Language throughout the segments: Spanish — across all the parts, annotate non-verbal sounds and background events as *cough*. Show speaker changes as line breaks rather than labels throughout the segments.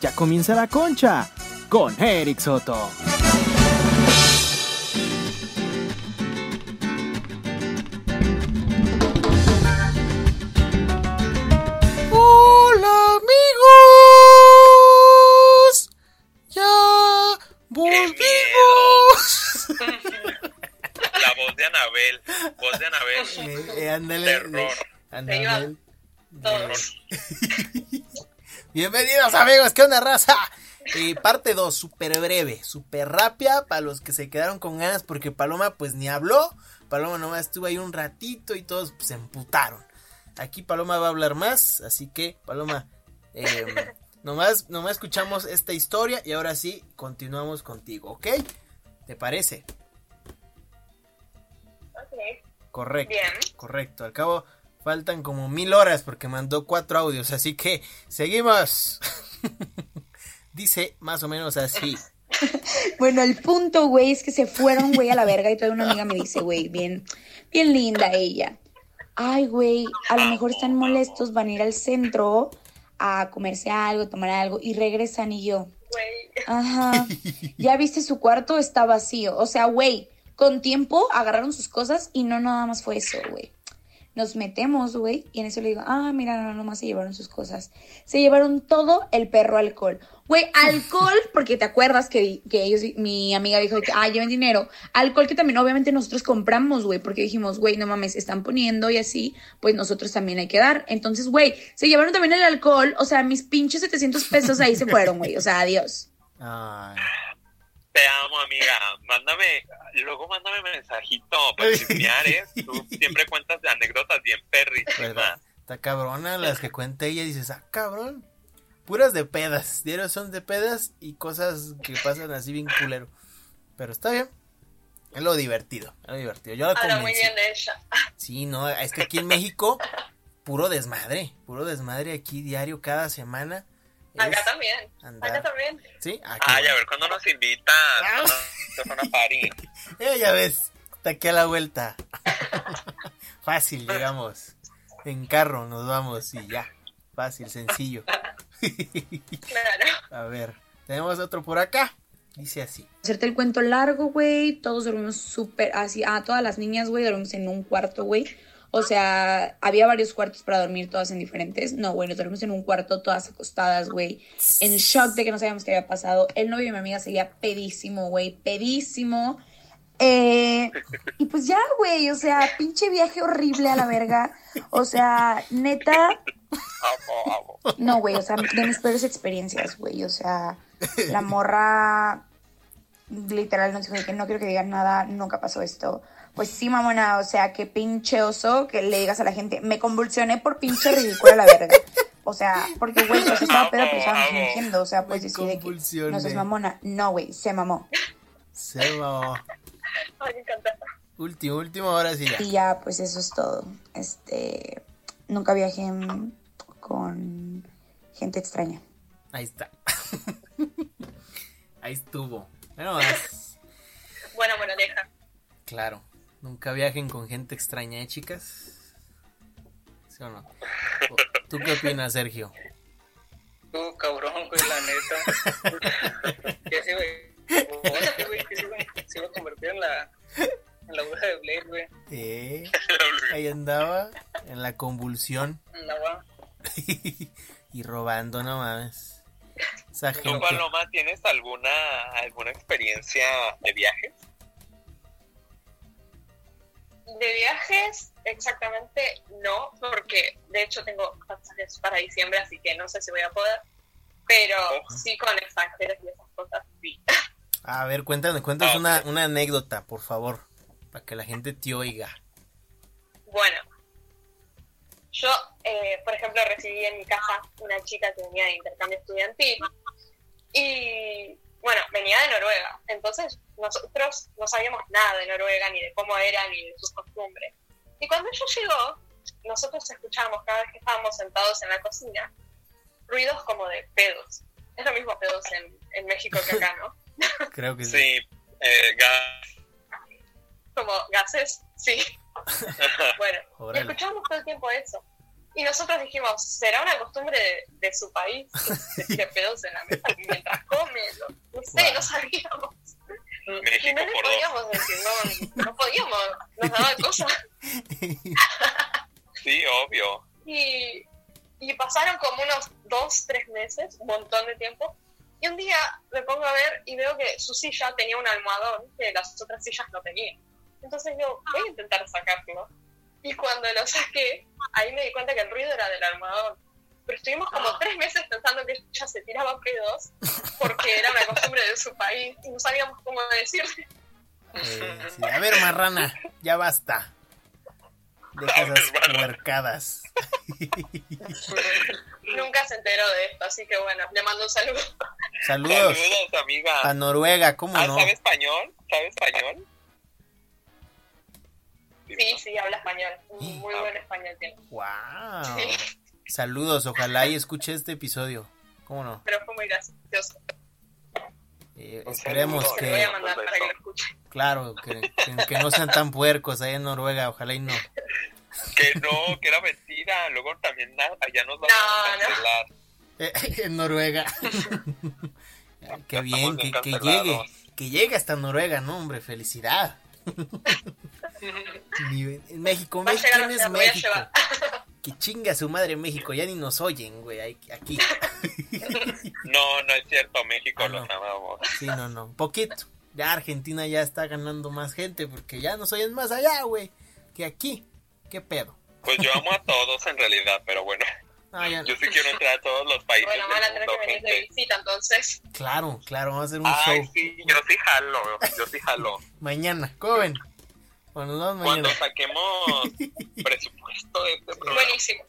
ya comienza la concha con Eric Soto.
Hola amigos, ya volvimos.
La voz de Anabel, voz de
*laughs*
Anabel,
Eh, eh, ándale,
Terror.
eh, ándale.
Ahí Todos.
Bienvenidos amigos, ¿qué onda raza? Eh, parte 2, súper breve, súper rápida para los que se quedaron con ganas porque Paloma pues ni habló, Paloma nomás estuvo ahí un ratito y todos pues, se emputaron. Aquí Paloma va a hablar más, así que Paloma,
*laughs*
eh, nomás, nomás escuchamos esta historia y ahora sí continuamos contigo, ¿ok? ¿Te parece?
Ok.
Correcto.
Bien.
Correcto. Al cabo faltan como mil horas porque mandó cuatro audios, así que seguimos. *laughs* Dice más o menos así.
Bueno, el punto, güey, es que se fueron, güey, a la verga y toda una amiga me dice, güey, bien, bien linda ella. Ay, güey, a lo mejor están molestos, van a ir al centro a comerse algo, tomar algo y regresan y yo.
Güey,
Ajá. Ya viste su cuarto, está vacío. O sea, güey, con tiempo agarraron sus cosas y no nada más fue eso, güey. Nos metemos, güey, y en eso le digo, ah, mira, no, nomás se llevaron sus cosas. Se llevaron todo el perro alcohol. Güey, alcohol, porque te acuerdas que, que ellos, mi amiga dijo que, ah, lleven dinero. Alcohol que también obviamente nosotros compramos, güey, porque dijimos, güey, no mames, están poniendo y así, pues nosotros también hay que dar. Entonces, güey, se llevaron también el alcohol, o sea, mis pinches 700 pesos ahí se fueron, güey, o sea, adiós.
Ay.
Te amo, amiga. Mándame, luego mándame mensajito para chismear, ¿eh? Tú siempre cuentas de anécdotas bien
¿verdad?
perrísimas.
pues, Está cabrona las que cuenta ella. Dices, ah, cabrón. Puras de pedas. Diarios son de pedas y cosas que pasan así bien culero. Pero está bien. Es lo divertido. Es lo divertido. Yo la
habla muy
convencí.
bien de ella.
Sí, no, es que aquí en México, puro desmadre. Puro desmadre aquí diario, cada semana.
Acá
es
también.
andar-
Acá también.
Sí, ah, qué
Ay, a
bueno.
ver cuándo nos invitan.
Ah.
Es una party.
Eh, ya ves, está aquí a la vuelta. *laughs* Fácil, llegamos. En carro nos vamos y ya. Fácil, sencillo.
Claro. *laughs*
A ver, tenemos otro por acá. Dice así.
hacerte el cuento largo, güey, todos dormimos súper así, ah, todas las niñas, güey, dormimos en un cuarto, güey. O sea, había varios cuartos para dormir, todas en diferentes. No, güey, nos dormimos en un cuarto, todas acostadas, güey. En shock de que no sabíamos qué había pasado. El novio de mi amiga seguía pedísimo, güey, pedísimo. Eh, y pues ya, güey, o sea, pinche viaje horrible a la verga. O sea, neta,
Amo, amo.
*laughs*
no, güey, o sea, de mis peores experiencias, güey. O sea, la morra literal nos dijo de que no quiero que digas nada, nunca pasó esto. Pues sí, mamona, o sea, qué pinche oso que le digas a la gente, me convulsioné por pinche ridícula la verga. O sea, porque, güey, yo sí estaba pedo, pero estábamos
Amo, amo.
fingiendo. O sea, pues
Me
decide que
convulsioné.
no seas mamona. No, güey, se mamó.
Se va.
Ay, me encanta.
Último, último, ahora sí ya.
Y ya, pues eso es todo. Este, nunca viajé en- con gente extraña.
Ahí está. *laughs* Ahí estuvo. Bueno, más.
Buena moraleja.
Claro. Nunca viajen con gente extraña, ¿eh, chicas? ¿Sí o no? ¿Tú qué opinas, Sergio?
Tú, cabrón, güey, la
*laughs*
neta. que se güey. Órale, güey, que se iba, se iba a convertir en la, en la bruja de Blade, güey.
Eh,
*laughs*
ahí andaba en la convulsión *laughs*
Andaba.
y robando, no mames. Esa
¿Tú,
gente.
Paloma, tienes alguna, alguna experiencia de viajes?
De viajes, exactamente no, porque de hecho tengo pasajes para diciembre, así que no sé si voy a poder. Pero sí con extranjeros y esas cosas, sí.
A ver, cuéntanos, cuéntanos una, una anécdota, por favor, para que la gente te oiga.
Bueno, yo, eh, por ejemplo, recibí en mi casa una chica que venía de intercambio estudiantil y, bueno, venía de Noruega. Entonces, nosotros no sabíamos nada de Noruega, ni de cómo era, ni de sus costumbres. Y cuando ella llegó, nosotros escuchábamos cada vez que estábamos sentados en la cocina ruidos como de pedos. Es lo mismo pedos en, en México que acá, ¿no?
Creo que sí.
Sí, eh, gas.
Como gases, sí. Bueno,
Órale.
escuchamos todo el tiempo eso. Y nosotros dijimos, será una costumbre de, de su país, que tire pedos en la mesa mientras come. No, no sé,
Wow.
no sabíamos. Y
México
no le
por dos.
podíamos decir, no, no podíamos, nos daba cosa.
*laughs* Sí, obvio.
Y, y pasaron como unos dos, tres meses, un montón de tiempo. Y un día me pongo a ver y veo que su silla tenía un almohadón que las otras sillas no tenían. Entonces yo voy a intentar sacarlo. Y cuando lo saqué, ahí me di cuenta que el ruido era del almohadón. Pero estuvimos como tres meses pensando que ella se tiraba pedos porque era una costumbre de su país y no sabíamos cómo decirle.
*laughs* Eh, sí. A ver, marrana, ya basta.
A
Deja
ver,
esas
marrana.
puercadas.
Nunca se enteró de esto, así que bueno, le mando un saludo.
Saludos
Saludos, amiga.
a Noruega, ¿cómo
Ah,
no?
¿sabe español? ¿Sabe español?
Sí, sí, habla español. Muy
Ah.
buen español tiene.
Wow.
Sí.
Saludos, ojalá y escuche este episodio. ¿Cómo no?
pero fue muy gracioso.
Eh,
Un
esperemos
saludo,
Se
que,
lo voy a mandar para que lo escuchen.
claro, que, que- que no sean tan puercos ahí en Noruega, ojalá y no. *laughs*
Que no, que era mentira. Luego también na- allá nos van
No,
a
no.
cancelar.
Eh,
*laughs*
en Noruega. Ay, Qué bien, que,
Estamos
que
bien
llegue,
cancelados.
que llegue hasta Noruega, no hombre, felicidad. Ni- en México,
Va a
México,
llegar,
¿quién
me
es
la voy a
México?
llevar. *laughs*
Que chinga su madre México, ya ni nos oyen, güey, ahí- aquí.
No, no es cierto. México
Ah, no.
los amamos.
Sí, no, no, un poquito. Ya Argentina ya está ganando más gente porque ya nos oyen más allá, güey, que aquí. ¿Qué pedo?
Pues yo amo a todos en realidad, pero bueno.
No, ya-
Yo sí quiero entrar a todos los países
Bueno, van a
del
tener
mundo,
que venir de
gente.
visita entonces.
Claro, claro, vamos a hacer un
Ay,
show
sí, yo sí jalo, yo sí jalo.
mañana, joven. Bueno, nos vemos
Cuando
mañana.
saquemos presupuesto de este programa.
Buenísimo.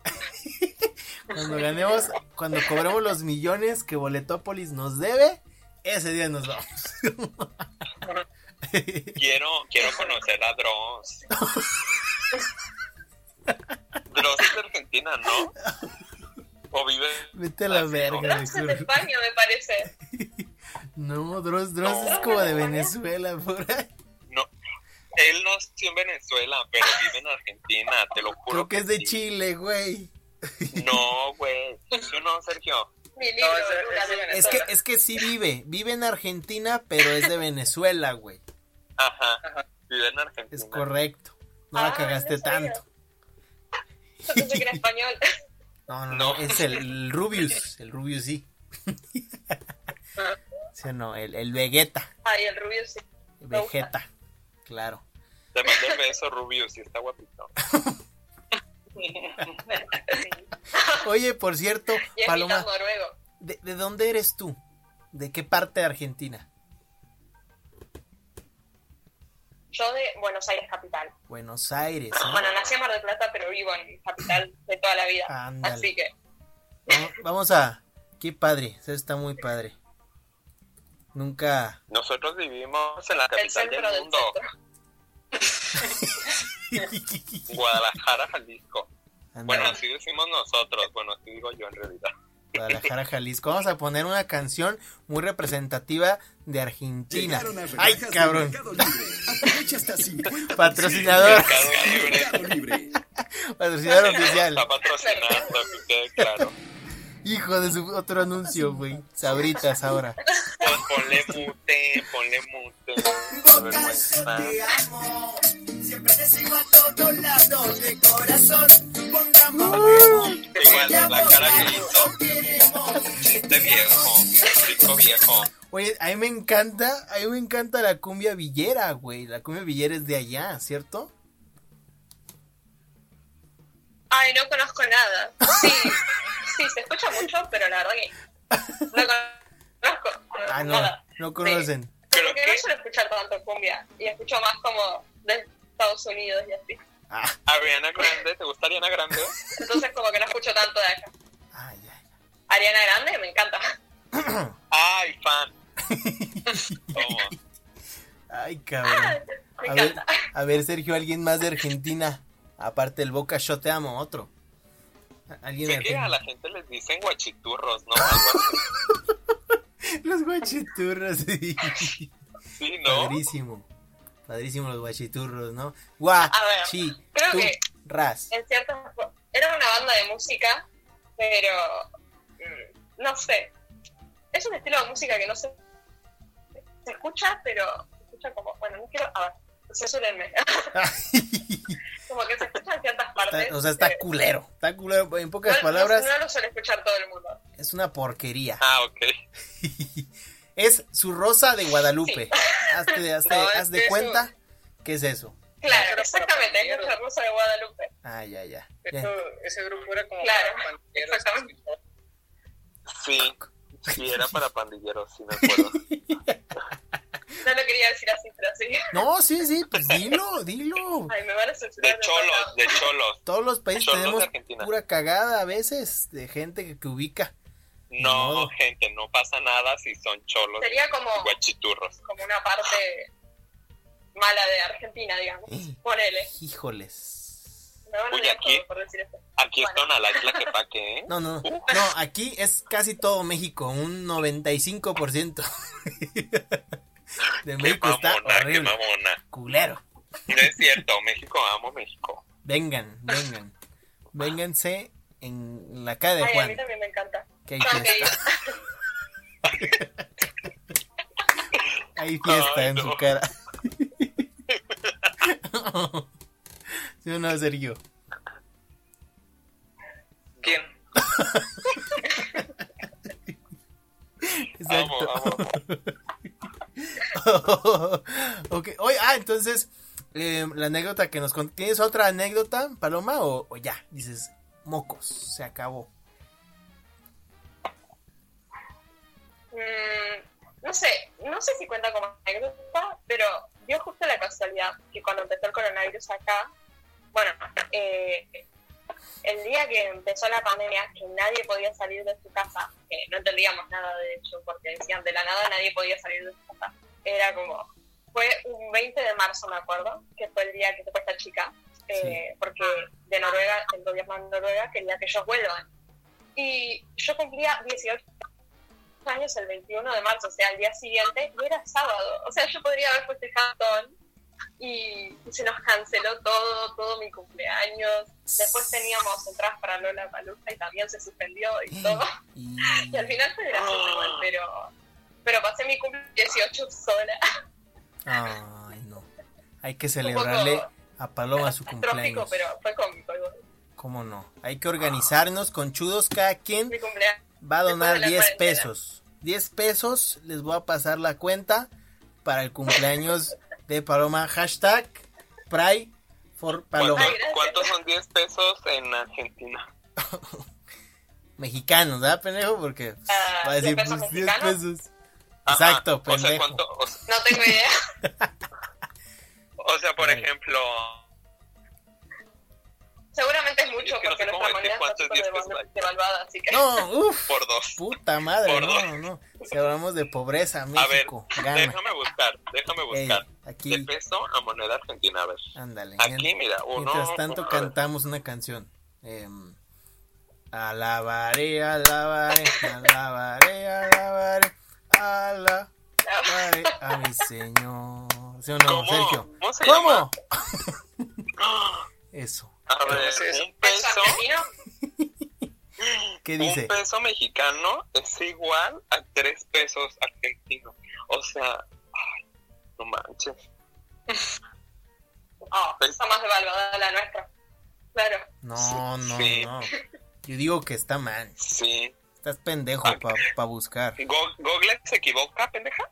Cuando ganemos, cuando cobremos los millones que Boletópolis nos debe, ese día nos vamos.
Quiero, quiero conocer a
*laughs*
Dross. Dross es de Argentina, ¿no? O vive.
Vete a la verga,
Vamos
güey.
de España, me parece.
No, Dross, Dross es como de Venezuela, por ahí.
No. Él nació en Venezuela, pero vive en Argentina, te lo juro.
Creo que es de
sí.
Chile, güey.
No, güey. Tú no, Sergio.
Mi libro,
No, ese-
Luna
ese-
de
Es que,
Venezuela.
es que sí vive, vive en Argentina, pero es de Venezuela, güey.
Ajá. Vive en Argentina.
Es correcto. No la
Ah,
cagaste
no sabía.
tanto.
Yo pensé que era español. *laughs*
No, no,
No.
no, es el, el Rubius, el Rubius sí. Sí, no, el, el Vegeta,
Ay, el rubio sí. gusta.
Vegeta, claro.
Te mando el beso, Rubius, sí está guapito.
Oye, por cierto,
Y es
Paloma,
mitad noruego.
¿de, de dónde eres tú? ¿De qué parte de Argentina?
Yo de Buenos Aires capital.
Buenos Aires. ¿eh?
Bueno, nací en Mar del Plata, pero vivo en capital de toda la vida.
Ándale.
Así que
Vamos- Vamos a... Qué padre, eso está muy padre. Nunca...
Nosotros vivimos en la
el
capital
centro
del
del
mundo,
centro.
Guadalajara, Jalisco. Bueno,
Ándale.
así decimos nosotros. Bueno, así digo yo en
*laughs*
realidad.
Guadalajara, Jalisco. Vamos a poner una canción muy representativa de Argentina.
Llegaron las
Ay,
rebajas de
cabrón.
Mercado Libre. Aprovecha hasta
*laughs*
50%
Patrocinador,
Mercado Libre.
Mercado Libre.
patrocinador oficial.
Está patrocinando, que quede claro.
Hijo de su otro anuncio, güey. Sabritas ahora.
Pon- Ponle mute, ponle mute. Qué vergüenza. Igual, la cara que hizo. Este viejo, rico viejo.
Oye, a mí me encanta, a mí me encanta la cumbia villera, güey. La cumbia villera es de allá, ¿cierto?
Ay, no conozco nada. Sí, sí, se escucha mucho, pero la verdad que no conozco
Ah, no,
nada.
no conocen.
Como
Creo
que no
que
suelo escuchar tanto cumbia y escucho más como de Estados Unidos y así.
Ah,
Ariana Grande, ¿te gusta Ariana Grande?
Entonces como que no escucho tanto de acá.
ay, ay.
Ariana Grande me encanta. *laughs*
Ay, fan. Oh,
Ay, cabrón.
Me
A ver,
encanta.
a ver, Sergio, alguien más de Argentina. Aparte del Boca, yo te amo, otro. Alguien de
sé que a
Argentina.
la gente les dicen guachiturros, ¿no? Algo así.
Los guachiturros, *laughs* sí.
Sí, ¿no?
Padrísimo. Padrísimo los guachiturros, ¿no?
A ver, creo que-
Guachiturras.
En ciertas, Era una banda de música, pero mm, no sé. Es un estilo de música que no sé. Se escucha, pero se escucha como. Bueno, no quiero. A ver, censúrenme. como que se escucha en ciertas partes.
*laughs* Está- o sea, está
pero
culero. Está culero. En pocas
no-
palabras,
No, no lo suele escuchar todo el mundo.
es una porquería. *laughs*
Ah, ok.
Es su rosa de Guadalupe. Hazte- hazte-
No, es
haz
que
de
eso-
cuenta. ¿Qué es eso?
Claro,
Pero
exactamente.
para
Es nuestra rosa de Guadalupe.
Ah, ya, ya. Ya.
Eso- ese grupo era como
Claro,
para pandilleros,
exactamente.
escuchaba
Sí. Sí, era para pandilleros, sí me acuerdo.
No lo quería decir así, pero sí.
No, sí, sí, pues dilo, dilo.
Ay, me van a censurar.
De cholos, de cholos.
Todos los países
Cholos de
tenemos
Argentina.
pura cagada a veces de gente que, que ubica.
No,
No.
gente, no pasa nada si son cholos
Sería como,
y guachiturros.
como una parte mala de Argentina, digamos.
¿Eh?
Ponele.
Híjoles.
Me van a
Uy,
odiar
aquí.
todo por decir esto.
Aquí
Bueno.
es Tonalá, es la que pa' que, ¿eh?
*laughs* No, no, no. No, aquí es casi todo México, un 95% de
Qué
México está
mamona, qué
horrible.
mamona.
Culero.
No es cierto, México, amo México.
Vengan, vengan. Vénganse en la calle de
Ay, a mí
Juan.
también me encanta.
Que hay
Tengo que ir.
fiesta. Hay fiesta
Ay,
en
no.
su cara. *laughs* ¿Sí o no, Sergio?
¿Quién?
Exacto.
Amo, amo.
*laughs* ok, oye, ah, entonces, eh, la anécdota que nos contó. ¿Tienes otra anécdota, Paloma? O, o ya, dices, mocos, se acabó.
Mm, no sé, no sé si cuenta como anécdota, pero dio justo la casualidad que cuando empezó el coronavirus acá, bueno, eh, el día que empezó la pandemia, que nadie podía salir de su casa, que no entendíamos nada de hecho, porque decían de la nada nadie podía salir de su casa, era como, fue un 20 de marzo, me acuerdo, que fue el día que se fue esta chica, eh, porque de Noruega, el gobierno de Noruega quería que ellos vuelvan. Y yo cumplía 18 años el 21 de marzo, o sea, al día siguiente, y era sábado. O sea, yo podría haber festejado todo, y se nos canceló todo, todo mi cumpleaños. Después teníamos entradas para Lola Palusa y también se suspendió
Mm.
y todo.
Y-
*laughs* Y al final fue gracioso igual, pero, pero pasé mi cumpleaños 18 sola.
Ay, no. Hay que celebrarle a Paloma su
Trógico,
cumpleaños.
pero fue cómico. igual.
¿Cómo no? Hay que organizarnos con chudos. Cada quien
Mi cumpleaños.
va a donar
Después de la
10
cuarentena.
pesos. 10 pesos les voy a pasar la cuenta para el cumpleaños de Paloma. Hashtag Pray for *laughs* Paloma.
¿Cuántos,
Ay, gracias.
cuántos son 10 pesos en Argentina?
mexicanos, ¿verdad, pendejo? Porque pues,
Ah,
va a decir,
¿diez pesos
pues, 10
mexicanos?
pesos.
Ajá,
Exacto,
O sea,
pendejo.
¿cuánto? O, sea-
No tengo idea. *laughs*
o sea, por
Ay.
ejemplo,
Seguramente es mucho
Es que no
porque
sé cómo
nuestra
decir
moneda está
cuántos
súper
días que
devalu-
vale.
devaluada, así *laughs* que.
No, uff,
por dos.
puta madre,
Por
no,
dos.
no. Si hablamos de pobreza,
A ver,
México, gana.
déjame buscar, déjame buscar.
Ey, aquí.
De peso a moneda argentina, a ver.
Ándale.
Aquí,
mien-
mira, uno.
Mientras tanto
uno, a ver.
cantamos una canción. Em, alabaré, alabaré, alabaré, alabaré, alabaré a mi señor. ¿Sí o no,
¿Cómo?
Sergio?
¿Cómo se
¿Cómo?
llama? Ah,
Eso.
A ver,
¿Cómo es eso?
un
¿Peso
peso,
argentino?
¿Qué
un
dice?
peso mexicano es igual a tres pesos argentinos. O sea, ay, no manches.
Oh, está más devaluada la nuestra.
*laughs*
Claro.
No, no,
Sí.
no. Yo digo que está mal.
Sí.
Estás pendejo
Ah.
para buscar.
Go- ¿Google se equivoca, pendeja?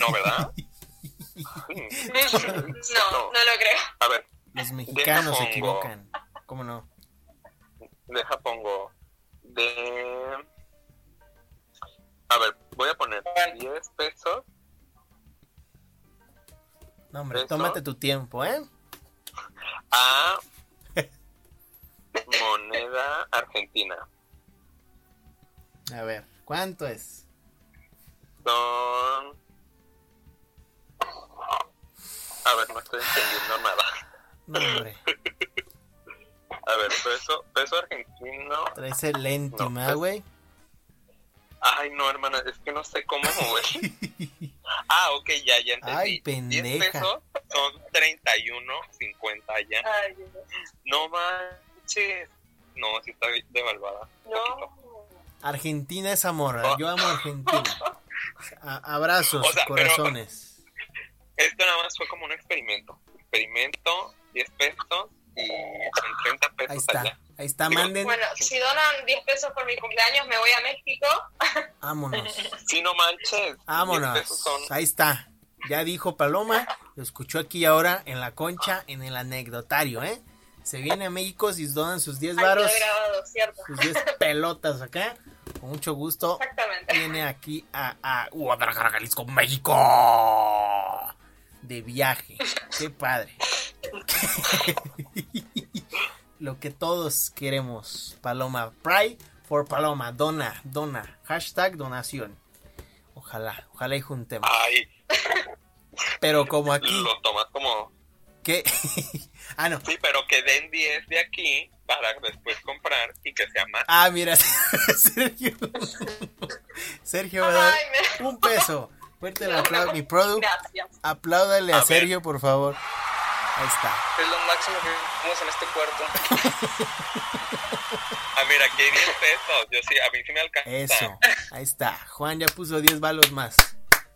No,
*laughs*
¿verdad?
No, no lo creo.
A ver,
Los mexicanos se
pongo.
equivocan. ¿Cómo no?
deja, pongo. De. A ver, voy a poner 10 pesos.
No, hombre,
Eso.
tómate tu tiempo, ¿eh? *laughs*
a moneda argentina.
A ver, ¿cuánto es?
Son... A ver, no estoy entendiendo nada.
No, hombre.
A ver, peso, peso argentino.
Traes el lentima,
No.
güey.
Ay, no, hermana, es que no sé cómo mover.
*laughs*
Ah, ok, ya, ya entendí.
Ay,
10
pendeja.
pesos son 31.50 ya.
Ay, Dios mío.
No manches. No, sí está devaluada.
No.
Argentina es amor. ¿verdad? Yo amo a Argentina.
*laughs*
A- abrazos,
O sea, pero-
corazones.
Esto Este nada más fue como un experimento. Experimento, 10 pesos y son 30 pesos
Ahí está.
allá.
Ahí está, manden.
Bueno, si donan 10 pesos por mi cumpleaños, me voy a México.
Vámonos.
Si no manches, 10 pesos
Vámonos.
este son...
Ahí está. Ya dijo Paloma. Lo escuchó aquí y ahora en la concha, en el anecdotario, ¿eh? Se viene a México si donan sus
Ahí
10
quedó
varos,
grabado, ¿cierto?
sus 10 pelotas acá. Con mucho gusto
Exactamente.
viene aquí a, a Guadalajara, Jalisco, México. De viaje. Qué padre. *laughs* Lo que todos queremos, Paloma. Pray for Paloma. Dona, dona. Hashtag donación. Ojalá, ojalá y juntemos.
Ay,
Pero como aquí,
lo tomas como...
que. *laughs* ah, no.
Sí, pero que den 10 de aquí para después comprar y que sea más.
Ah, mira, *laughs* Sergio. Sergio, va a dar
Ay, me-
un peso. Fuerte el aplauso. Mi product,
Gracias.
apláudale a,
A ver.
Sergio, por favor. Ahí está.
Es lo máximo que vimos en este cuarto.
Ah, mira, aquí hay 10 pesos. Yo sí, a mí sí me alcanza. *laughs*
Eso. Ahí está. Juan ya puso 10 balos más.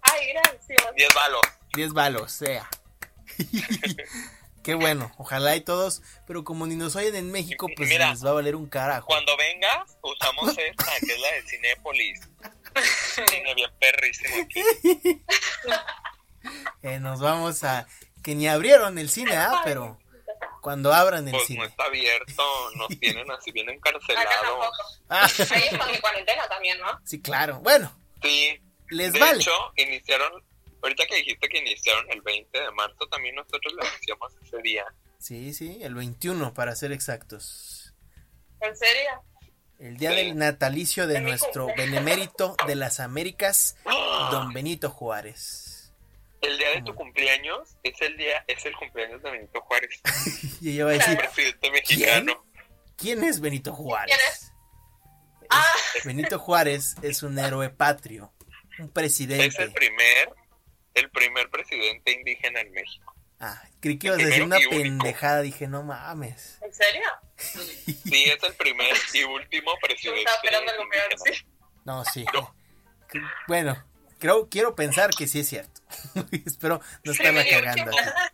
Ay, gracias.
10 balos.
10 balos, sea. *laughs* Qué bueno. Ojalá y todos. Pero como ni nos oyen en México, pues
Mira.
les va a valer un carajo.
Cuando vengas, usamos esta, que es la de Cinépolis. Tiene bien perrísimo aquí.
Eh, nos vamos a. Que ni abrieron el cine, ¿ah? Pero cuando abran el
Pues no
cine.
está abierto, nos tienen así bien
Acá
encarcelados.
tampoco.
*laughs* Ah,
Ahí está mi cuarentena también, ¿no?
sí, claro. Bueno,
Sí.
les
de
vale.
hecho, iniciaron, ahorita que dijiste que iniciaron el 20 de marzo, también nosotros lo iniciamos ese día.
Sí, sí, el 21 para ser exactos.
¿En
*laughs*
serio?
El día
Sí.
del natalicio de
En mi
nuestro
cumpleaños.
benemérito de las Américas, don Benito Juárez.
El día de tu cumpleaños es el día, es el cumpleaños de Benito Juárez,
Y ella va a decir,
presidente mexicano.
¿quién es Benito Juárez?
¿Quién Ah,
Benito Juárez es un héroe patrio, un
Es el
presidente.
primer, el primer presidente indígena en México.
Ah, creí que ibas a
el
decir una
primero y único.
pendejada, dije, no mames.
¿en serio?
Sí, es el primer y último
*laughs* Yo
presidente.
estaba esperando algo peor.
indígena.
sí.
No, sí.
No.
Que- Bueno, creo, quiero pensar que sí es cierto. *laughs* Espero no estarla
Sí,
cagando.
qué
aquí.
mal.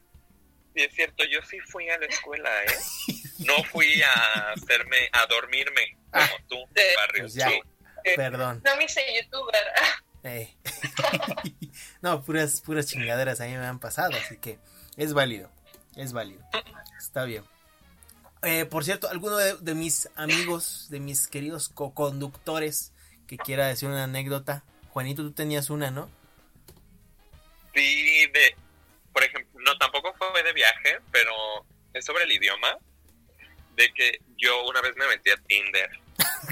Sí, es cierto, yo sí fui a la escuela, ¿eh?
*laughs*
No fui a hacerme, a dormirme,
Ah.
como tú, barrio.
Pues ya,
Sí.
perdón.
*laughs* No me hice youtuber.
Ey. Eh. *laughs* no, puras, puras chingaderas a mí me han pasado, así que es válido, es válido. Está bien. Eh, por cierto, alguno de, de mis amigos, de mis queridos co-conductores, que quiera decir una anécdota. Juanito, tú tenías una, ¿no?
Sí, de, por ejemplo, no, tampoco fue de viaje, pero es sobre el idioma, de que yo una vez me metí a Tinder.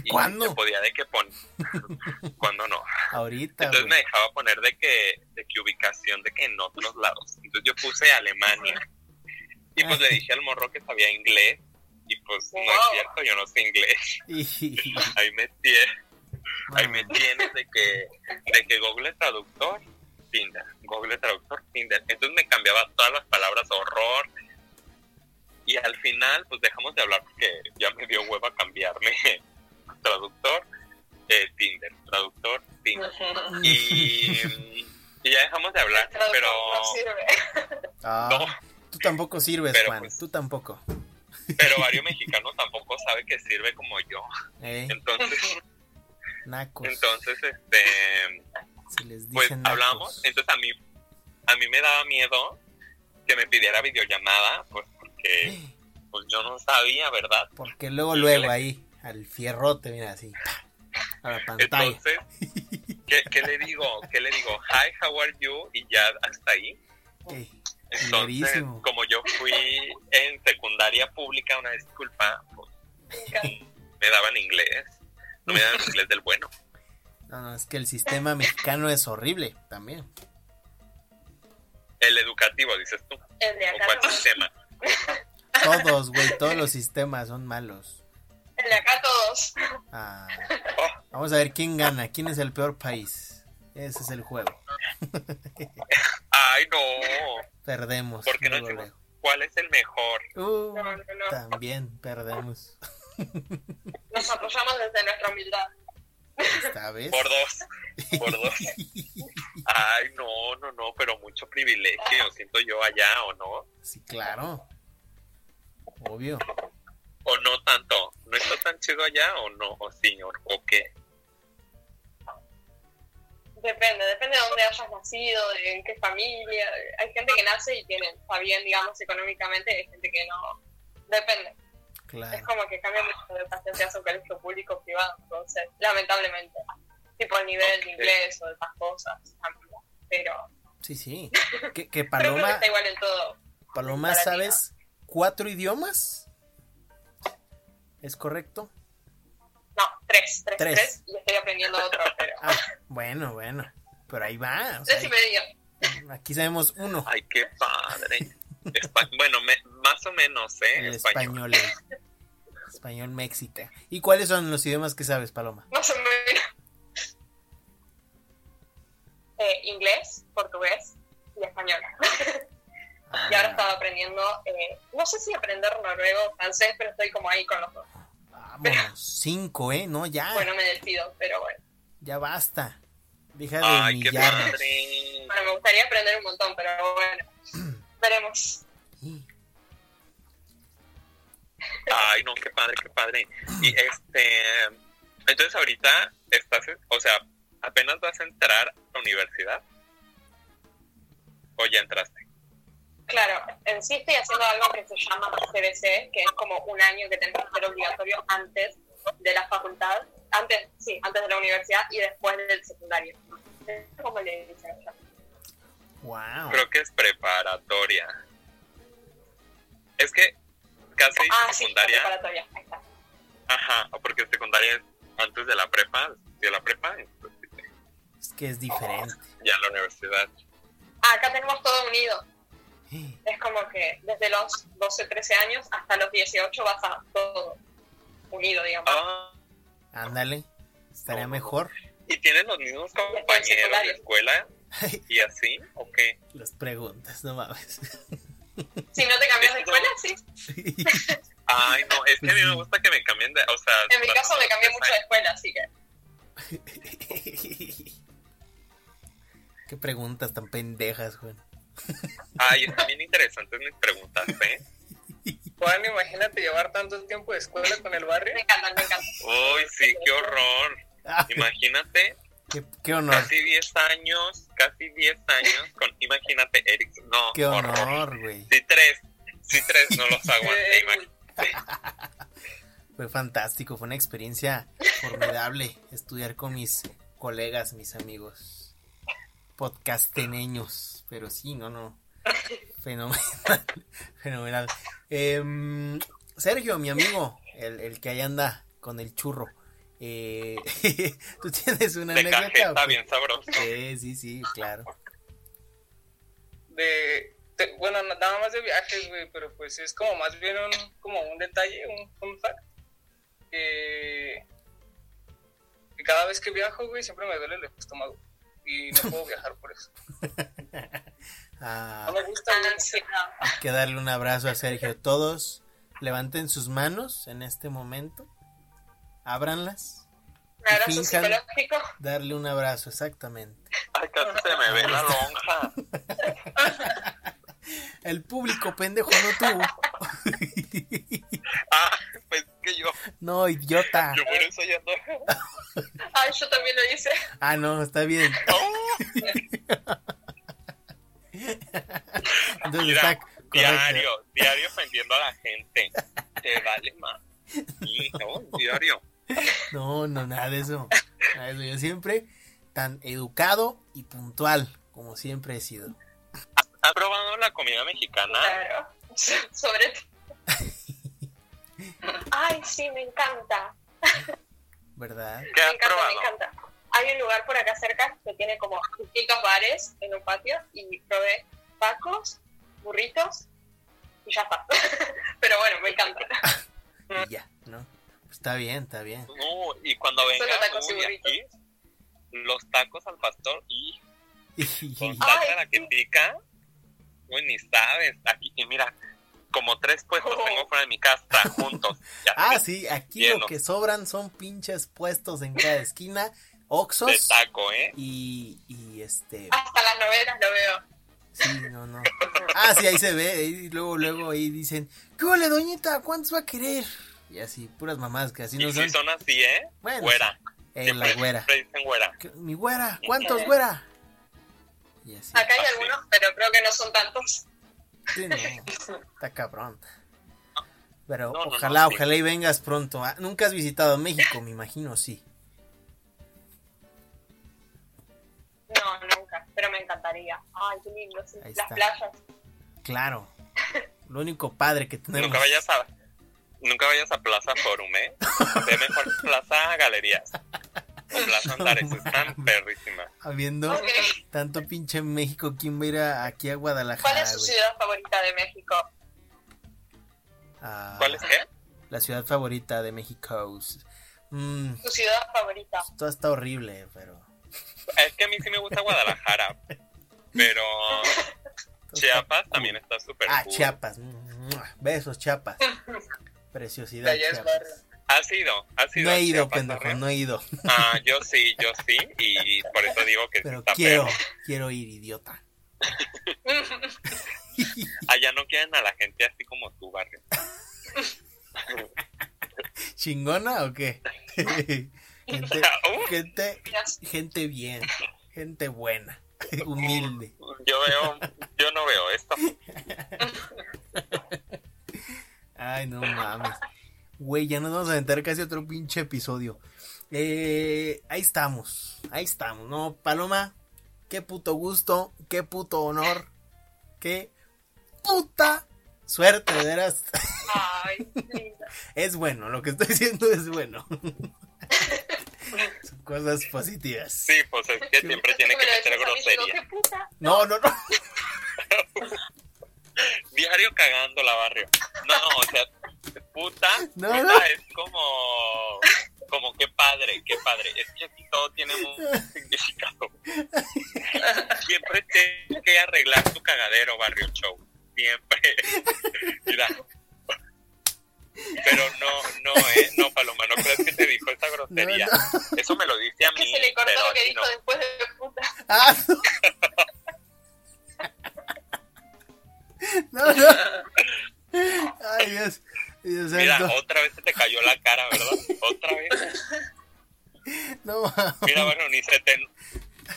Y
¿Cuándo?
se podía de que pon... cuando no.
Ahorita.
Entonces
Ah, güey.
me dejaba poner de que, de que ubicación, de que en otros lados. Entonces yo puse Alemania. Y pues le dije al morro que sabía inglés. Y pues no es
Wow.
cierto, yo no sé inglés. *laughs*
*laughs* Y-
Ahí me, tie- ahí me
bueno,
tienes de que, de que Google Traductor, Tinder. Google Traductor, Tinder. Entonces me cambiaba todas las palabras horror. Y al final, pues dejamos de hablar porque ya me dio hueva cambiarme. *laughs* Traductor, eh, Tinder. Traductor, Tinder y, y ya dejamos de hablar, pero
No sirve.
ah,
no,
tú tampoco sirves,
Pero,
Juan.
pues,
Tú tampoco.
pero varios mexicanos tampoco sabe que sirve como yo.
Ey,
Entonces,
eh, nacos.
entonces este
si les
pues
dicen nacos.
hablamos,
*gasps*
entonces a mí a mí me daba miedo que me pidiera videollamada, pues porque
Ey,
pues yo no sabía, ¿verdad?
Porque luego, luego ahí, al fierrote, mira así. pa, A la pantalla.
Entonces, ¿qué, qué le digo? ¿Qué le digo? Hi, how are you? Y ya hasta ahí.
Ey.
Entonces,
Clarísimo.
como yo fui en secundaria pública, una disculpa, pues
*laughs*
me daban inglés. No me daban inglés del bueno.
No, no, es que el sistema mexicano es horrible también.
El educativo, dices tú. ¿O
El de acá
cuál
también.
sistema?
Todos, güey, todos los sistemas son malos.
El de acá todos.
Ah, vamos a ver quién gana, quién es el peor país. Ese es el juego.
Ay, no.
Perdemos.
¿Por qué no
luego,
decimos cuál es el mejor?
luego. Uh,
No, no, no.
también perdemos.
Nos apoyamos desde nuestra humildad.
¿Sabes?
Por
*laughs*
dos. Por dos. Ay, no, no, no, pero mucho privilegio, siento yo allá, ¿o no?
Sí, claro. Obvio.
¿O no tanto? ¿No está tan chido allá o no, o señor? ¿O qué?
Depende, depende de dónde hayas nacido, de en qué familia. Hay gente que nace y tiene, está bien, digamos, económicamente, y hay gente que no. Depende. Es
Claro.
como que cambia mucho de paciente a un colegio público o privado, entonces, lamentablemente. Tipo el nivel de
Ok.
inglés o de otras cosas cambia. Pero
Sí, sí. Que, que
pero creo que
Paloma,
está igual en todo.
Paloma,
para ti,
¿sabes cuatro idiomas? ¿Es correcto?
No, tres, tres,
Tres.
tres, y estoy aprendiendo otro, pero.
Ah, bueno, bueno. Pero ahí va. o sea,
tres y medio.
aquí sabemos uno.
Ay, qué padre. Espa- bueno, me- más o menos, ¿eh?
El español. eh. Español méxico. ¿Y cuáles son los idiomas que sabes, Paloma?
Más o menos. Eh, inglés, portugués y español. y
Ah.
ahora estaba aprendiendo, eh, no sé si aprender noruego o francés, pero estoy como ahí con los dos.
Vamos, cinco, ¿eh? No, ya.
Bueno, me decido, pero bueno.
Ya basta. Deja de
Ay, qué
humillarnos.
padre.
Bueno, me gustaría aprender un montón, pero bueno. Veremos.
Sí.
Ay, no, qué padre, qué padre. Y este, entonces ahorita estás, o sea, apenas vas a entrar a la universidad. O ya entraste.
Claro, en sí estoy haciendo algo que se llama CBC, que es como un año que tenés que hacer obligatorio antes de la facultad, antes, sí, antes de la universidad y después del secundario. ¿Cómo le dicen allá?
Wow.
Creo que es preparatoria. Es que casi
Ah, sí, la
secundaria.
preparatoria, ahí está.
ajá, porque secundaria es antes de la prepa, de la prepa, pues,
Es que es diferente.
ya la universidad.
Ah, acá tenemos todo unido. Es como que desde los 12, 13 años hasta los 18 vas a todo unido, digamos.
Ah,
Ándale. Estaría mejor.
¿Y tienes los mismos compañeros de
secundaria.
escuela y así? ¿O qué?
Las preguntas, no mames. *laughs*
Si no te cambias de
Eso-
escuela, sí.
Ay, no, es que a mí me gusta que me cambien de, o sea...
En mi caso me cambié mucho de escuela, así que
*laughs* Qué preguntas tan pendejas, güey.
*laughs* Ay, están bien interesantes mis preguntas, ¿eh?
Juan, imagínate llevar tanto tiempo de escuela con el barrio.
me encantan, me encantan.
Uy, sí, qué horror.
Ah,
Imagínate,
*laughs* qué, qué honor.
casi 10 años, casi 10 años con... Imagínate, Eric, no,
Qué
horror.
honor, güey.
Sí, tres, sí, tres, no los
*laughs*
aguanté, imagínate.
Fue fantástico. Fue una experiencia formidable estudiar con mis colegas, mis amigos. Podcasteneños. Pero sí, no, no. Fenomenal. *laughs* Fenomenal. Em, Sergio, mi amigo, el, el que ahí anda con el churro. eh, *laughs* ¿Tú tienes una
De
anécdota?
cajeta,
o qué?
bien sabroso.
Sí, sí, sí, claro.
de, de- bueno no- nada más de viajes güey pero pues es como más bien un como un detalle un fun fact que, que cada vez que viajo güey siempre me duele el estómago y no puedo viajar por eso no
Ah,
me gusta
Tan
güey.
ansiedad.
hay que darle un abrazo a Sergio. Todos levanten sus manos en este momento. Ábranlas.
Un abrazo
Finjan.
psicológico.
Darle un abrazo, exactamente.
Ay, casi se me ve la lonja.
El público pendejo no tú.
Ah, pues que yo,
*laughs* No, idiota.
yo por eso ya no...
Ay, yo también lo hice.
Ah, no, está bien. *laughs* Entonces
Mira,
está correcto.
Diario, diario ofendiendo a la gente. Te vale más. Sí, no, diario.
No, no, nada de eso. Nada de eso. Yo siempre tan educado y puntual como siempre he sido.
¿Has probado la comida mexicana?
Claro. *laughs* Sobre todo. Ay, sí, me encanta.
¿Verdad?
¿Qué
Me
has
encanta, me
probado?
encanta. Hay un lugar por acá cerca que tiene como distintos bares en un patio y probé tacos, burritos y ya está. *laughs* Pero bueno, me encanta.
Y ya, ¿no? Está bien, está bien. *laughs*
No, y cuando
Solo
vengas
tacos
uy,
y
aquí, los tacos al pastor y con
Ah,
salsa la que
sí.
pica, uy, ni sabes. Aquí, y mira, como tres puestos tengo fuera de mi casa juntos. Ya
Ah,
sabes,
sí, aquí
lleno
lo que sobran son pinches puestos en cada esquina,
De
oxos
taco, ¿eh?
y, y este...
Hasta las novelas lo veo.
Sí, no, no. Ah, sí, ahí se ve. Y luego, luego ahí dicen, ¿qué ole, doñita? ¿Cuántos va a querer? Y así, puras mamás que así
Y
nos
si
dan.
son así, ¿eh?
Bueno,
güera.
En la güera.
Siempre dicen güera.
¿Qué- Mi güera, ¿cuántos güera? Y así.
Acá hay
Así.
algunos, pero creo que no son tantos. *laughs*
Sí, no, está cabrón. Pero
No, no, no,
ojalá,
sí.
ojalá y vengas pronto. Ah, Nunca has visitado México, me imagino, sí.
No, nunca, pero me encantaría. Ay, qué lindo. sí.
Ahí
Las
está.
playas.
Claro. Lo único padre que tenemos.
Nunca vayas a... Nunca vayas a Plaza Forum,
*laughs*
¿eh? Ve mejor Plaza Galerías. O Plaza Andares. Están perrísimas.
Habiendo
Ok.
tanto pinche México, ¿quién va a ir a- aquí a Guadalajara?
¿Cuál es su
güey?
ciudad favorita de México?
Ah.
¿Cuál es ¿Eh? qué?
La ciudad favorita de México. Mm,
Su ciudad favorita.
todo está horrible, pero.
Es que a mí sí me gusta Guadalajara. Pero Chiapas también está súper
Ah,
cool.
Chiapas. Mua. Besos, Chiapas.
De
Preciosidad.
allá es
Chiapas.
barrio.
¿Has ido? ¿Has ido
No
a
he ido,
Chiapas,
pendejo,
Arre?
no he ido.
Ah, yo sí, yo sí. Y por eso digo que sí
Pero
está
quiero,
feo.
quiero ir, idiota.
Allá no quieren a la gente así como tú, barrio.
¿Chingona o qué? gente,
Uh.
gente,
Minas.
gente bien, gente buena, *laughs* humilde.
uh, Yo veo, yo no veo esto.
Ay, no mames. Güey, ya nos vamos a aventar casi otro pinche episodio. Eh, ahí estamos, ahí estamos, ¿no? Paloma, qué puto gusto, qué puto honor, qué puta suerte, de veras. *laughs*
Ay, lindo.
Es bueno, lo que estoy *laughs* diciendo es bueno. Son cosas positivas.
Sí, pues es que siempre tiene
Me
que
lo decís
meter
a mí, digo,
grosería.
qué puta.
No, no, no.
Diario cagando la barrio. No, o sea, puta,
*laughs* No,
puta
no.
es como, como qué padre, qué padre. Es que aquí todo tiene un significado. Siempre tienes que arreglar tu cagadero, barrio show. Siempre. *laughs* Mira. Pero no, no, eh, no, Paloma, no crees que te dijo esa grosería. Eso me lo dice a
Que
mí.
se le
pero
cortó lo
a
que
ti
dijo
no.
después de puta.
Ah, *laughs* no. No, no. Ay, Dios. Dios
Mira,
santo.
otra vez se te cayó la cara, ¿verdad? Otra vez.
No, mames.
Mira, bueno, ni se te...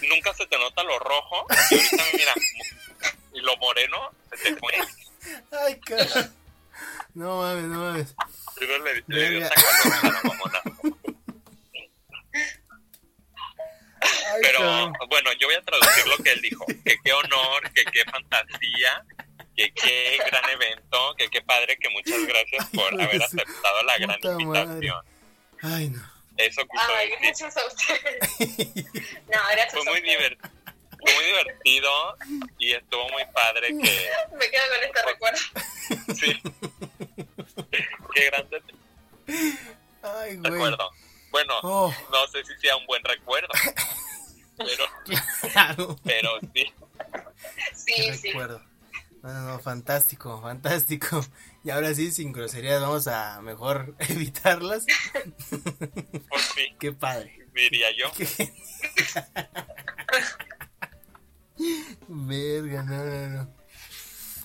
Nunca se te nota lo rojo. Y ahorita, mira, y lo moreno se te pone.
Ay, cabrón. No mames, no mames.
Pero le, le dio
Mira.
esa calor a la mamona.
Ay,
Pero,
cabrón.
bueno, yo voy a traducir lo que él dijo. Que qué honor, que qué fantasía, que qué gran evento, que qué padre, que muchas gracias
Ay, hijo
por
de
haber
su
aceptado la gran
puta
invitación.
Ay, no.
Eso quiso
Ay,
decir.
gracias a ustedes. *laughs* No, gracias
Fue
a
muy
ustedes.
divertido. Fue muy divertido y estuvo muy padre que
Me quedo con este
*laughs*
recuerdo.
*laughs*
Sí. Qué grande
Ay, güey.
recuerdo. Bueno,
Oh.
no sé si sea un buen recuerdo.
*laughs*
Pero,
Claro.
pero sí.
Sí, sí.
recuerdo. No, no, no, fantástico, fantástico. Y ahora sí, sin groserías, vamos a mejor *laughs* evitarlas.
Por sí,
Qué padre.
diría yo.
Qué gen- Verga, no, no, no.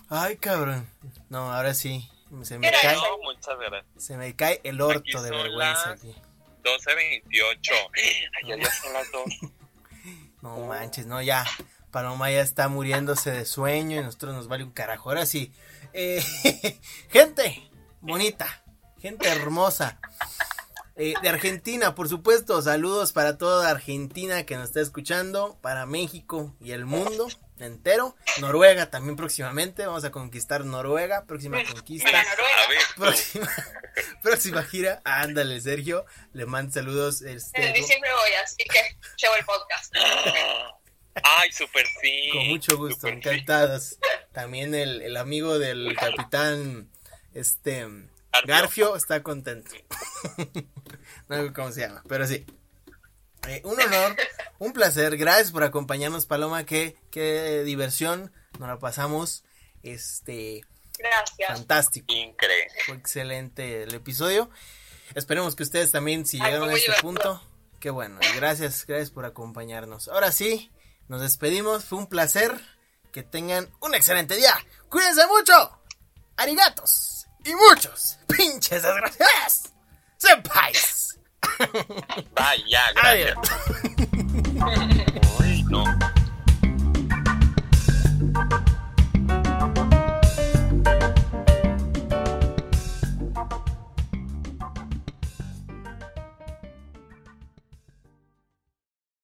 Ay, cabrón. No, ahora sí. Se me
Era
cae,
No, muchas gracias.
se me cae el orto
Aquí
de
son las-
vergüenza. Aquí.
12.28. Ay, ya, ya son
*laughs*
las 2.
No manches, no, ya. Paloma ya está muriéndose de sueño y nosotros nos vale un carajo. Ahora sí. Eh, *laughs* gente bonita, gente hermosa. eh, de Argentina, por supuesto. Saludos para toda Argentina que nos está escuchando, para México y el mundo entero. Noruega también próximamente. Vamos a conquistar Noruega. Próxima conquista.
A ver,
*laughs*
tú,
Próxima, próxima gira. Ándale, Sergio. Le mando saludos. Este,
En diciembre voy, así que llevo el podcast.
Ay, super sí.
Con mucho gusto,
Eh, súper sí.
encantadas. También el, el amigo del capitán, este,
Garfio.
Garfio, está contento. *laughs* no sé cómo se llama, pero sí. Eh, un honor, un placer, gracias por acompañarnos, Paloma, qué, qué diversión, nos la pasamos, este,
Gracias.
Fantástico.
Increíble.
Fue excelente el episodio. Esperemos que ustedes también, si
Ay,
llegaron a
cómo
este
llegaron.
punto, qué bueno. Y gracias, gracias por acompañarnos. Ahora sí, nos despedimos. Fue un placer. Que tengan un excelente día. Cuídense mucho. Arigatos. Y muchos. Pinches desgraciadas. Senpais.
Vaya, gracias.
*laughs* Adiós.